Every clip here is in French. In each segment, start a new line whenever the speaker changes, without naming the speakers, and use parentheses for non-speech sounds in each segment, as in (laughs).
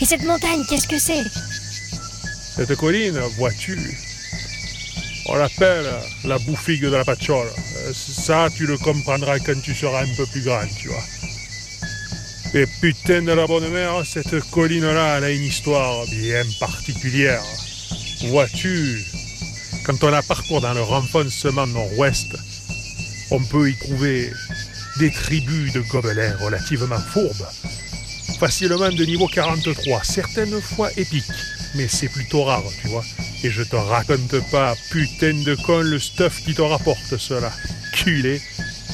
Et cette montagne, qu'est-ce que c'est
Cette colline, vois-tu, on l'appelle la bouffigue de la patchole. Euh, Ça, tu le comprendras quand tu seras un peu plus grand, tu vois. Et putain de la bonne mère, cette colline-là, elle a une histoire bien particulière. Vois-tu, quand on la parcourt dans le renfoncement nord-ouest, on peut y trouver des tribus de gobelins relativement fourbes, facilement de niveau 43, certaines fois épiques, mais c'est plutôt rare, tu vois. Et je te raconte pas, putain de con, le stuff qui te rapporte cela. Culé,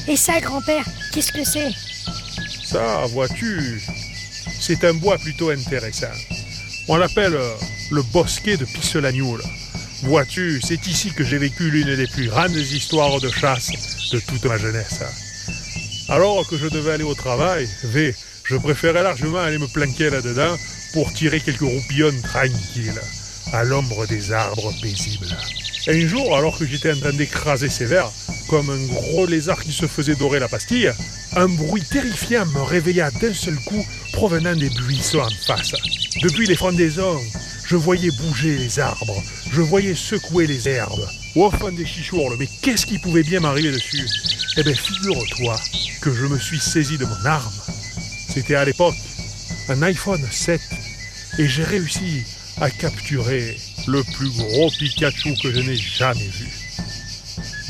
Et ça, grand-père, qu'est-ce que c'est
ça, vois-tu, c'est un bois plutôt intéressant. On l'appelle euh, le bosquet de Pisselagnoul. Vois-tu, c'est ici que j'ai vécu l'une des plus grandes histoires de chasse de toute ma jeunesse. Alors que je devais aller au travail, V, je préférais largement aller me planquer là-dedans pour tirer quelques roupillons tranquilles, à l'ombre des arbres paisibles. Un jour, alors que j'étais en train d'écraser ces vers, comme un gros lézard qui se faisait dorer la pastille, un bruit terrifiant me réveilla d'un seul coup provenant des buissons en face. Depuis les frondaisons, je voyais bouger les arbres, je voyais secouer les herbes. Au fond des chichourles, mais qu'est-ce qui pouvait bien m'arriver dessus Eh bien, figure-toi que je me suis saisi de mon arme. C'était à l'époque un iPhone 7 et j'ai réussi à capturer le plus gros Pikachu que je n'ai jamais vu.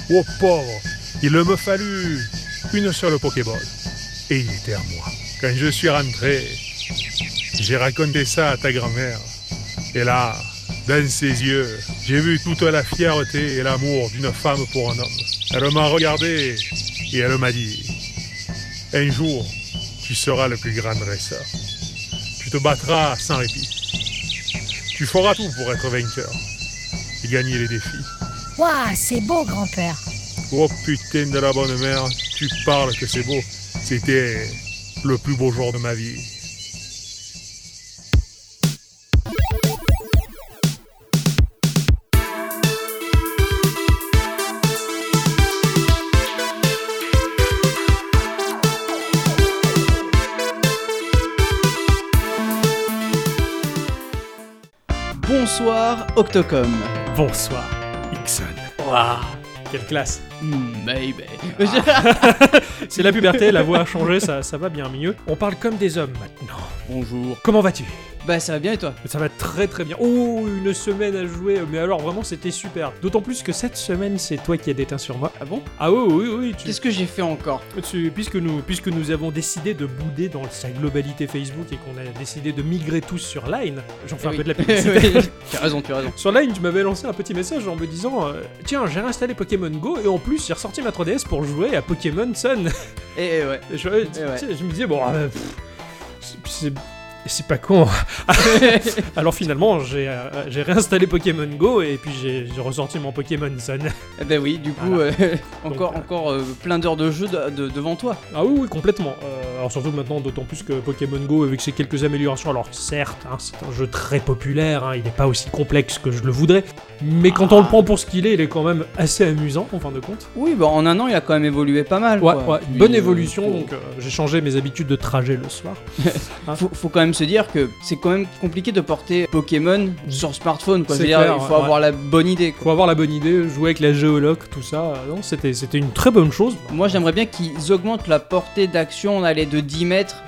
Oh pauvre, il me fallut une seule Pokéball. Et il était à moi. Quand je suis rentré, j'ai raconté ça à ta grand-mère. Et là, dans ses yeux, j'ai vu toute la fierté et l'amour d'une femme pour un homme. Elle m'a regardé et elle m'a dit, un jour, tu seras le plus grand dresseur. Tu te battras sans répit. Tu feras tout pour être vainqueur et gagner les défis.
Waouh, c'est beau, grand-père.
Oh putain de la bonne mère, tu parles que c'est beau. C'était le plus beau jour de ma vie.
Bonsoir Octocom.
Bonsoir, Ixon. Waouh, quelle classe.
Maybe. Ah.
C'est la puberté, la voix a changé, ça, ça va bien mieux. On parle comme des hommes maintenant.
(laughs) Bonjour.
Comment vas-tu
Bah ça va bien et toi
Ça va très très bien. Oh, une semaine à jouer, mais alors vraiment c'était super. D'autant plus que cette semaine, c'est toi qui as déteint sur moi.
Ah bon
Ah oui, oui, oui, tu...
Qu'est-ce que j'ai fait encore
Tu- puisque, nous, puisque nous avons décidé de bouder dans sa globalité Facebook et qu'on a décidé de migrer tous sur Line, j'en fais un
Eh (laughs)
peu de la
oui.
publicité. (laughs)
Oui, tu as raison, tu as raison.
Sur Line, tu m'avais lancé un petit message en me disant euh, Tiens, j'ai réinstallé Pokémon Go et en plus, j'ai ressorti ma 3DS pour jouer à Pokémon Sun.
Eh (laughs) eh, ouais.
Et je, tu
ouais.
sais, je me disais Bon, euh, pff, c'est. c'est pas con. (laughs) Alors finalement, j'ai euh, j'ai réinstallé Pokémon Go et puis j'ai j'ai ressorti mon Pokémon Sun. (laughs)
Eh ben oui, du coup,
Voilà.
euh, encore,
Donc, euh,
encore euh, plein d'heures de jeu de- de- devant toi.
Ah oui, oui, complètement. Euh, alors surtout maintenant, d'autant plus que Pokémon Go, avec ses quelques améliorations, alors certes, hein, c'est un jeu très populaire, hein, il n'est pas aussi complexe que je le voudrais, mais quand on le prend pour ce qu'il est, il est quand même assez amusant, en fin de compte.
Oui, bah en un an, il a quand même évolué pas mal.
Ouais,
quoi.
ouais,
Puis,
bonne
euh,
évolution,
faut-
donc euh, j'ai changé mes habitudes de trajet le soir.
Faut, faut quand même se dire que c'est quand même compliqué de porter Pokémon sur smartphone, quoi.
C'est
C'est-à-dire,
clair,
il faut
ouais.
avoir la bonne idée, quoi.
Faut avoir la bonne idée, jouer avec la géologue, tout ça, euh, non, c'était c'était une très bonne chose.
Moi, j'aimerais bien qu'ils augmentent la portée d'action. On allait de 10 mètres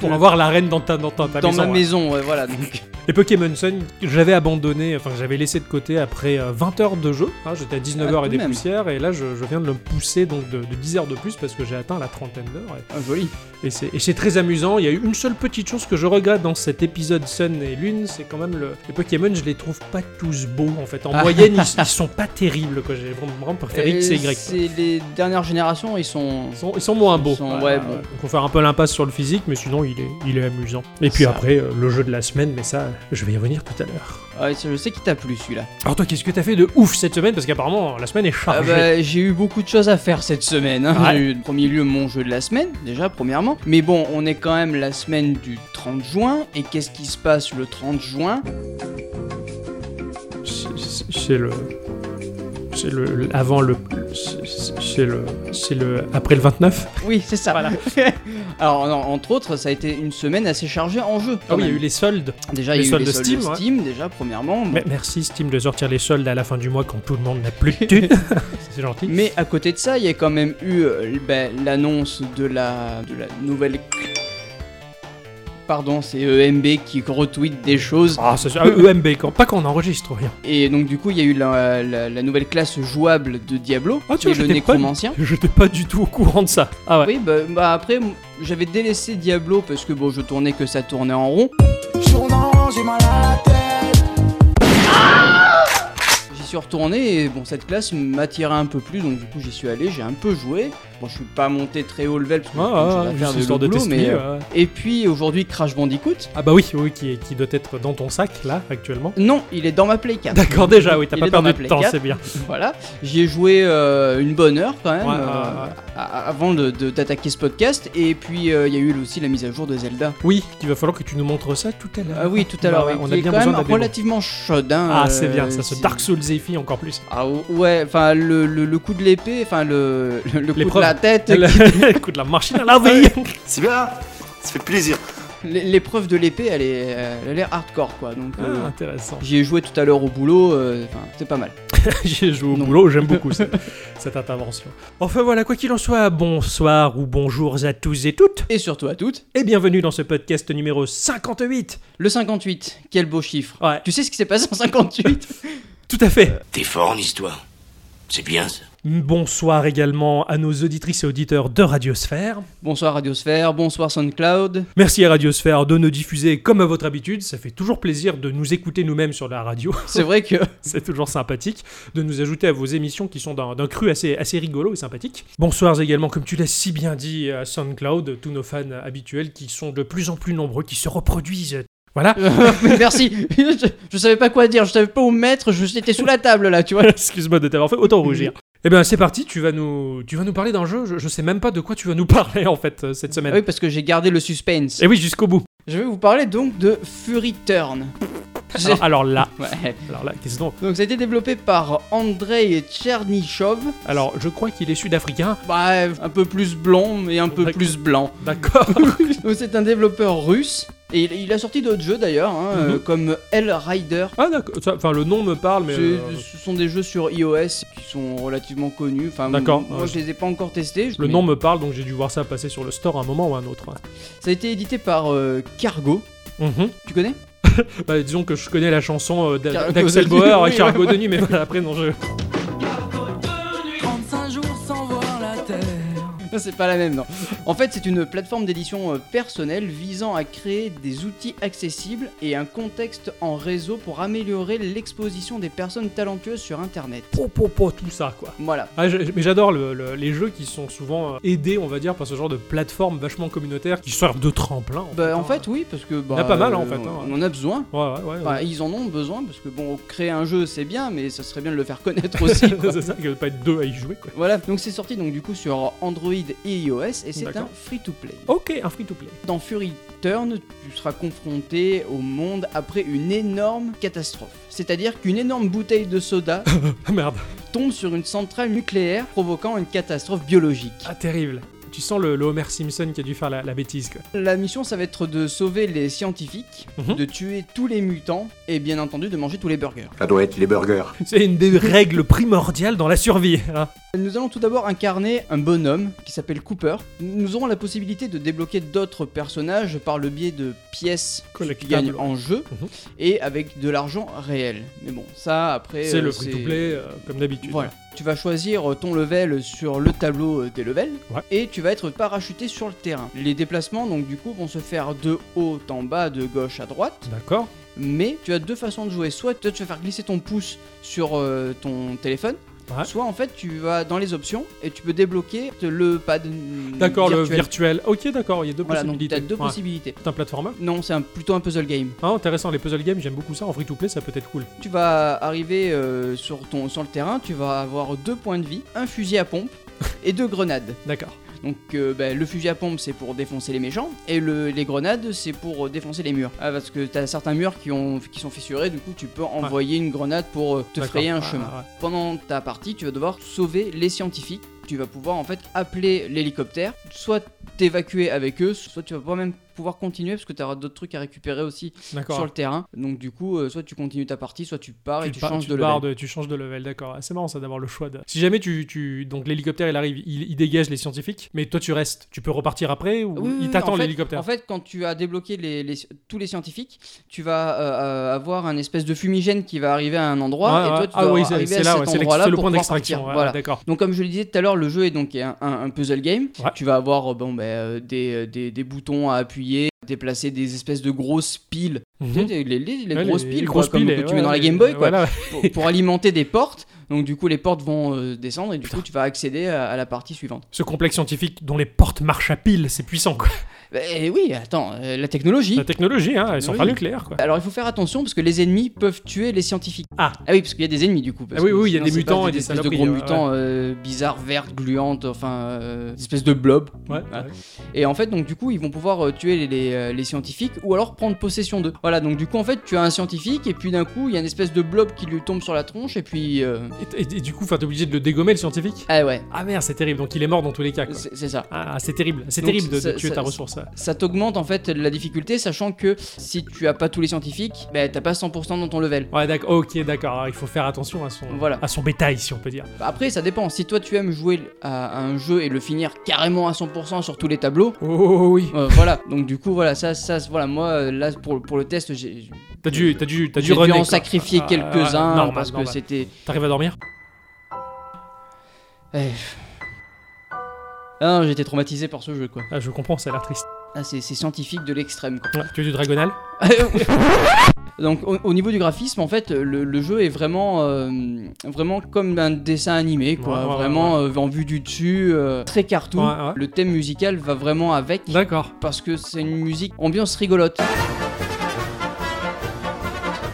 Pour avoir la reine dans ta, dans ta- ta
dans
maison,
ma
ouais.
maison, ouais, voilà. (laughs) Donc,
Et Pokémon Sun, que j'avais abandonné, enfin j'avais laissé de côté après euh, 20 heures de jeu. hein, J'étais à 19h
Ah,
et
tout
des
de même.
poussières, et là je, je viens de le pousser donc de, de 10 heures de plus parce que j'ai atteint la trentaine d'heures. et-
ah, joli.
Et, c'est- et c'est très amusant. Il y a eu une seule petite chose que je regrette dans cet épisode Sun et Lune, c'est quand même le, les Pokémon, je les trouve pas tous beaux en fait. En
Ah. (laughs)
moyenne, ils, ils sont pas terribles. quoi. J'ai vraiment vraiment préféré
Euh,
X et Y.
C'est les dernières générations, ils sont.
Ils sont, ils sont moins
Ils
beaux.
sont-
Voilà.
ouais, bon.
Donc on fait un peu l'impasse sur le physique, mais sinon il est, il est amusant. Et puis
Ça.
après, euh, le jeu de la semaine, mais ça, je vais y revenir tout à l'heure.
Ouais, Ah, je sais qu'il t'a plu celui-là.
Alors toi, qu'est-ce que t'as fait de ouf cette semaine Parce qu'apparemment, la semaine est
Ah
chargée.
bah, j'ai eu beaucoup de choses à faire cette semaine. hein.
Ouais.
J'ai eu, en premier lieu, mon jeu de la semaine, déjà, premièrement. Mais bon, on est quand même la semaine du 30 juin. Et qu'est-ce qui se passe le 30 juin bah,
C'est c'est- c'est le... C'est le... le- Avant le... c'est- C'est c'est le, c'est le après le 29.
Oui, c'est ça.
Voilà.
(laughs) Alors, non, entre autres, ça a été une semaine assez chargée en jeu.
Ah
quand
oui, il y a
même.
eu les soldes.
Déjà,
les
il y a eu
soldes
les
Steam,
soldes
ouais.
Steam, déjà, premièrement. bon.
Mais merci Steam de sortir les soldes à la fin du mois quand tout le monde n'a plus de (laughs) thunes. c'est gentil.
Mais à côté de ça, il y a quand même eu euh, ben, l'annonce de la, de la nouvelle. Pardon, c'est EMB qui retweet des choses.
Ah, ça, ah, EMB, quand, pas qu'on enregistre, rien.
Et donc, du coup, il y a eu la, la- la nouvelle classe jouable de Diablo,
Ah,
qui est le
j'étais pas,
nécromancien.
j'étais pas du tout au courant de ça. Ah ouais.
Oui, bah, bah, après, m- j'avais délaissé Diablo parce que bon, je tournais que ça tournait en rond. Ah J'y suis retourné et bon, cette classe m'attirait un peu plus, donc du coup j'y suis allé, j'ai un peu joué. Bon, je suis pas monté très haut level parce que
Ah,
j'ai
ah,
à faire
juste
de
histoire de
boulot,
tester.
mais, euh,
ouais.
Et puis aujourd'hui Crash Bandicoot.
Ah bah oui, oui qui, qui doit être dans ton sac, là, actuellement.
Non, il est dans ma Play 4.
(laughs) D'accord, déjà, oui, t'as
Il
pas
est dans ma
perdu
Play
de temps,
4.
c'est bien.
Voilà, j'y ai joué euh, une bonne heure quand même
Ouais,
euh,
ouais, ouais.
a- avant de- de- d'attaquer ce podcast. Et puis euh, il y a eu aussi la mise à jour de Zelda.
Oui, il va falloir que tu nous montres ça tout à l'heure.
Ah oui, tout à l'heure,
Bah ouais,
oui,
on
qui
a
est
bien
quand
besoin
même
d'un démo.
relativement chaude. hein,
Ah,
euh,
c'est bien, ça se
si-
Dark Souls Zephy encore plus.
Ah ouais, enfin le, le- le coup de l'épée, enfin le, le- le coup de
L'épreuve.
la tête,
(laughs) Écoute, la machine à
Ah
laver
C'est bien, ça fait plaisir.
l'é- l'épreuve de l'épée, elle est, euh, elle a l'air hardcore quoi. Donc
Ah,
euh, (laughs)
Intéressant.
j'y ai joué tout à l'heure au boulot, euh, enfin c'est pas mal.
J'y ai joué au
Non.
boulot, j'aime beaucoup (laughs) ce- cette intervention. Enfin voilà, quoi qu'il en soit, bonsoir ou bonjour à tous et toutes,
Et surtout à toutes,
et bienvenue dans ce podcast numéro 58.
le 58, quel beau chiffre.
Ouais,
Tu sais ce qui s'est passé en 58
tout à fait.
T'es fort en histoire. C'est bien ça.
Bonsoir également à nos auditrices et auditeurs de Radiosphère.
Bonsoir Radiosphère, bonsoir SoundCloud.
Merci à Radiosphère de nous diffuser comme à votre habitude, ça fait toujours plaisir de nous écouter nous-mêmes sur la radio. (laughs)
C'est vrai que
C'est toujours sympathique de nous ajouter à vos émissions qui sont d'un d'un cru assez, assez rigolo et sympathique. Bonsoir également, comme tu l'as si bien dit, à SoundCloud, tous nos fans habituels qui sont de plus en plus nombreux, qui se reproduisent. (laughs) Voilà,
(laughs) Mais merci, je, je savais pas quoi dire, je savais pas où me mettre, je- j'étais sous la table là, tu vois.
excuse-moi de t'avoir fait autant rougir. Eh bien, c'est parti, tu vas nous, tu vas nous parler d'un jeu, je, je sais même pas de quoi tu vas nous (laughs) parler en fait euh, cette
Ah
semaine.
oui, parce que j'ai gardé le suspense.
Et oui, jusqu'au bout.
Je vais vous parler donc de Fury Turn. C'est-
Alors, alors là,
Ouais.
alors là, qu'est-ce donc
Donc ça a été développé par Andrei Tchernyshov.
Alors, je crois qu'il est sud-africain,
Bah, un peu plus blond, mais un peu
D'accord.
plus blanc.
(laughs) d'accord
Donc c'est un développeur russe. Et il, il a sorti d'autres jeux d'ailleurs, hein,
Mhm.
euh, comme Hell Rider.
Ah d'accord, Ça- enfin le nom me parle, mais...
C'est-
euh,
Ce sont des jeux sur iOS qui sont relativement connus. Enfin,
D'accord.
Moi,
Ouais.
je les ai pas encore testés.
Le
mais
nom me parle, donc j'ai dû voir ça passer sur le store à un moment ou à un autre.
Ça a été édité par euh, Cargo.
Mhm.
Tu connais
Bah, disons que je connais la chanson euh, d'A-
Cargo
d'Axel
de
Bauer
nuit,
et
oui,
Cargo de nuit, mais voilà, après non, je.
35 jours sans voir la terre.
Non, (laughs) C'est pas la même, non. En fait, c'est une plateforme d'édition euh, personnelle visant à créer des outils accessibles et un contexte en réseau pour améliorer l'exposition des personnes talentueuses sur Internet.
Po, po, po, tout ça, quoi.
Voilà.
Ah, je- mais j'adore le- le- les jeux qui sont souvent euh, aidés, on va dire, par ce genre de plateforme vachement communautaire qui servent de tremplin. En
Bah, en
hein.
fait, oui, parce que. Bah,
y a pas mal, hein, en
euh,
fait, hein.
On on en a besoin.
Ouais, ouais, ouais.
Enfin, ils en ont besoin, parce que bon, créer un jeu, c'est bien, mais ça serait bien de le faire connaître aussi.
(laughs)
quoi.
c'est ça, qu'il ne pas être deux à y jouer, quoi.
Voilà, donc c'est sorti donc du coup sur Android et iOS et c'est un
D'accord.
free-to-play.
Ok, un free-to-play. (laughs)
Dans Fury Turn, tu seras confronté au monde après une énorme catastrophe. C'est-à-dire qu'une énorme bouteille de
(laughs)
soda
Ah merde,
tombe sur une centrale nucléaire provoquant une catastrophe biologique.
ah terrible. Tu sens le, le Homer Simpson qui a dû faire la, la bêtise, quoi.
La mission, ça va être de sauver les scientifiques,
Mhm.
de tuer tous les mutants et bien entendu de manger tous les burgers.
Ça doit être les burgers.
C'est une des règles primordiales dans la survie, hein.
Nous allons tout d'abord incarner un bonhomme qui s'appelle Cooper. Nous aurons la possibilité de débloquer d'autres personnages par le biais de pièces qui
Collectable.
gagnent en jeu
Mhm.
et avec de l'argent réel. Mais bon, ça après.
C'est
euh,
le free-to-play, euh, comme d'habitude.
Voilà. Tu vas choisir euh, ton level sur le tableau euh, des levels
Ouais.
et tu vas être parachuté sur le terrain. Les déplacements donc du coup vont se faire de haut en bas, de gauche à droite,
D'accord.
mais tu as deux façons de jouer. Soit toi, tu vas faire glisser ton pouce sur euh, ton téléphone,
Ouais.
soit en fait tu vas dans les options et tu peux débloquer le pad mm,
D'accord, le
virtuel.
virtuel. Ok, d'accord, il y a deux
Voilà, donc tu
possibilités.
as deux
Ouais.
possibilités.
C'est un platformer
Non, c'est un, plutôt un puzzle game.
Ah, intéressant, les puzzle games, j'aime beaucoup ça. En free to play, ça peut être cool.
Tu vas arriver euh, sur, ton, sur le terrain, tu vas avoir deux points de vie, un fusil à pompe et deux grenades.
D'accord.
Donc euh, bah, le fusil à pompe c'est pour défoncer les méchants et le- les grenades c'est pour euh, défoncer les murs. Ah, parce que t'as certains murs qui, ont, qui sont fissurés, du coup tu peux envoyer une grenade pour euh, te
D'accord. Ah,
frayer un
Ouais,
chemin.
ouais, ouais.
Pendant ta partie tu vas devoir sauver les scientifiques tu vas pouvoir en fait appeler l'hélicoptère, soit t'évacuer avec eux, soit tu vas pouvoir même pouvoir continuer parce que tu auras d'autres trucs à récupérer aussi sur
D'accord.
le terrain. Donc du coup, euh, soit tu continues ta partie, soit tu pars et tu
pars-
changes de
barres
level.
de- tu changes de level, d'accord. C'est marrant ça d'avoir le choix. De... Si jamais tu, tu donc l'hélicoptère il arrive, il, il dégage les scientifiques, mais toi tu restes. Tu peux repartir après ou
Oui, oui,
il
oui,
t'attend
en fait-
l'hélicoptère.
En fait, quand tu as débloqué les, les- tous les scientifiques, tu vas euh, euh, avoir un espèce de fumigène qui va arriver à un endroit
Ouais,
et
ouais.
toi tu
ah
dois
oui, c'est
arriver
c'est
à
là,
cet
ouais, c'est l'ex-
endroit là
c'est le
pour
point
pouvoir
d'extraction.
partir.
ouais,
Voilà.
D'accord.
Donc comme je le disais tout à l'heure, le jeu est donc un, un- un puzzle game.
Ouais.
Tu vas avoir euh, bon, ben, euh, des, euh, des- des boutons à appuyer, déplacer des espèces de grosses piles, Tu sais,
Mhm.
les, les- les
Ouais,
grosses
les-
piles
les
quoi,
grosses
comme
piles,
que
et-
tu
ouais,
mets dans la
ouais,
Game Boy
euh,
quoi,
voilà.
pour, pour alimenter des portes. Donc du coup les portes vont euh, descendre et du coup tu vas accéder à, à la partie suivante.
Ce complexe scientifique dont les portes marchent à pile, c'est puissant quoi.
Bah, Et oui, attends, euh, la technologie.
La technologie, hein, elles sont
Oui.
pas nucléaires quoi.
Alors il faut faire attention parce que les ennemis peuvent tuer les scientifiques.
Ah.
ah oui, parce qu'il y a des ennemis du coup. parce
Ah oui,
que
oui, il y a
sinon,
des
c'est
mutants
pas
et des
espèces de
saloperies,
gros
ouais,
mutants euh, bizarres, vertes, gluantes, enfin, euh, des espèces de blobs.
Ouais,
Voilà. Et en fait, donc du coup, ils vont pouvoir euh, tuer les, les, euh, les scientifiques ou alors prendre possession d'eux. Voilà, donc du coup, en fait, tu as un scientifique et puis d'un coup, il y a une espèce de blob qui lui tombe sur la tronche et puis. euh,
Et, et- et du coup, enfin, t'es obligé de le dégommer le scientifique.
Ah ouais,
Ah merde, c'est terrible. Donc il est mort dans tous les cas. Quoi.
c'est c'est ça.
Ah, c'est terrible. C'est
Donc,
terrible de, de
ça-
tuer
ça-
ta
ça-
ressource. ouais.
Ça t'augmente en fait la difficulté, sachant que si tu as pas tous les scientifiques, bah, t'as pas 100% dans ton level.
Ouais, d'accord. Ok, d'accord. Alors, Il faut faire attention à son,
Voilà.
à son bétail, si on peut dire.
Après, ça dépend. Si toi tu aimes jouer à un jeu et le finir carrément à 100% sur tous les tableaux,
Oh, oh, oh, oui.
euh, voilà. Donc du coup, voilà, ça, ça, voilà, moi euh, là pour, pour le test, j'ai
T'as dû, t'as dû, t'as dû
j'ai
runner.
dû en
Bah, quoi.
sacrifier
Ah,
quelques-uns
normal,
parce que
normal.
c'était.
T'arrives à dormir
Eh. Ah, non, j'étais traumatisé par ce jeu quoi.
ah, Je comprends, ça a l'air triste.
Ah, c'est c'est scientifique de l'extrême quoi. (laughs)
Ouais, tu veux du Dragonal
Donc au, au niveau du graphisme, en fait, le, le jeu est vraiment, euh, vraiment comme un dessin animé, quoi.
Ouais, ouais, ouais,
vraiment euh, en vue du dessus, euh, très cartoon.
Ouais, ouais.
Le thème musical va vraiment avec.
D'accord.
parce que c'est une musique ambiance rigolote.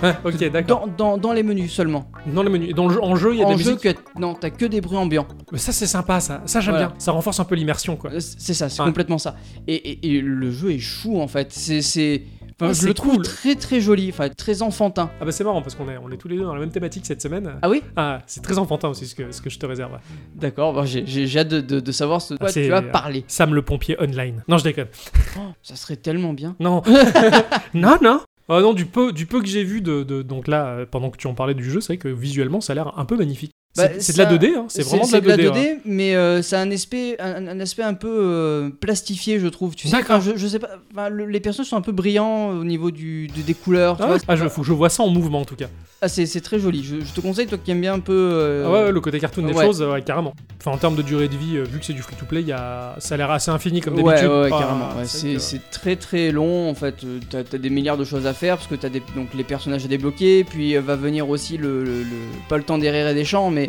Ouais, ok, d'accord.
Dans, dans, dans les menus seulement.
Dans... le menu, dans le jeu, en jeu, il y a
en
des
jeu,
musiques.
tu as- non, t'as que des bruits ambiants.
Mais ça, c'est sympa, ça. Ça, j'aime
Voilà.
bien. Ça renforce un peu l'immersion, quoi.
Euh, C'est ça, c'est
Ouais.
complètement ça. Et, et- et le jeu est chou en fait. C'est, c'est... enfin,
Ah,
je
c'est
le trouve
cool.
très très joli, enfin très enfantin.
Ah bah c'est marrant parce qu'on est, on est tous les deux dans la même thématique cette semaine.
Ah oui
Ah, c'est très enfantin aussi ce que, ce que je te réserve. ouais.
D'accord, bah, j'ai, j'ai- j'ai hâte de, de- de savoir ce de quoi
c'est-
tu vas parler.
Sam le pompier online. Non, je déconne.
Oh, ça serait tellement bien. (laughs)
Non. non, non. Ah non, du peu, du peu que j'ai vu de, de- donc là euh, pendant que tu en parlais du jeu, c'est vrai que visuellement ça a l'air un peu magnifique.
Bah,
C'est- c'est de
ça-
la 2D, hein. c'est vraiment
c'est
de la 2D. ouais.
mais euh, ça a un aspect, un, un aspect un peu euh, plastifié, je trouve. Tu sais,
D'accord.
enfin, je, je sais pas, enfin, le- les personnages sont un peu brillants euh, au niveau du, du- des couleurs. tu
Ah,
vois,
ouais, ah, je, faut que je vois ça en mouvement en tout cas.
Ah, c'est c'est très joli. Je, je te conseille, toi qui aimes bien un peu. euh,
Ah ouais, ouais, le côté cartoon des
ouais.
choses, ouais, carrément. Enfin, en termes de durée de vie, euh, vu que c'est du free-to-play, y a... ça a l'air assez infini comme
ouais,
d'habitude. Ah,
ouais, ouais,
Enfin,
carrément. ouais.
vrai
c'est
que-
c'est très très long en fait. Euh, T'as as des milliards de choses à faire parce que t'as des- donc les personnages à débloquer, puis euh, va venir aussi le, le- le- pas le temps des rires et des chants,
(laughs)
mais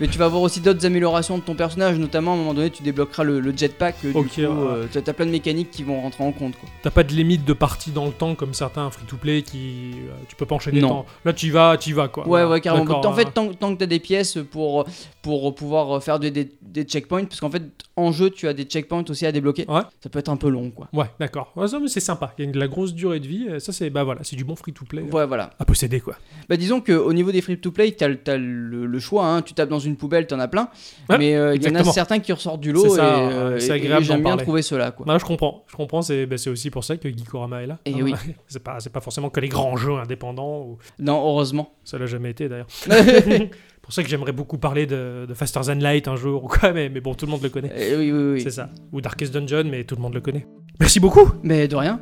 mais tu vas avoir aussi d'autres améliorations de ton personnage, notamment à un moment donné tu débloqueras le, le jetpack. euh, Du
Ok,
coup,
ouais.
euh, t'as t'as plein de mécaniques qui vont rentrer en compte. Quoi.
T'as pas de limite de partie dans le temps comme certains free-to-play qui. euh, tu peux pas enchaîner
Non.
le temps. Là, tu y vas, tu y vas quoi.
Ouais, ouais, carrément.
D'accord,
en fait,
euh,
tant, tant que t'as des pièces pour pour pouvoir faire des, des, des checkpoints, parce qu'en fait en jeu tu as des checkpoints aussi à débloquer.
Ouais.
Ça peut être un peu long quoi.
Ouais, d'accord. Ouais, ça, mais c'est sympa. Il y a une- de la grosse durée de vie. euh, Ça, c'est bah voilà, c'est du bon free-to-play euh,
Ouais, voilà.
à posséder quoi.
Bah, disons qu'au niveau des free-to-play, t'as, le- t'as le, le choix. hein. Tu tapes dans une poubelle, t'en as plein.
Ouais,
mais euh, il y en a
exactement.
certains qui ressortent du lot.
C'est ça,
et, euh,
c'est
et-
agréable
et j'aime
d'en
bien
parler.
trouver ceux-là. Quoi.
Bah, je comprends. Je comprends. C'est bah, c'est aussi pour ça que Gikorama est là.
Et
Hein,
Eh oui.
(laughs) c'est pas c'est pas forcément que les grands jeux indépendants. Ou...
Non,
(laughs)
heureusement.
Ça l'a jamais
(laughs)
été d'ailleurs.
Eh
pour ça que j'aimerais beaucoup parler de, de Faster Than Light un jour ou quoi, mais, mais bon, tout le monde le connaît.
oui, Eh oui, oui.
C'est ça. Ou Darkest Dungeon, mais tout le monde le connaît. Merci beaucoup
Mais de rien.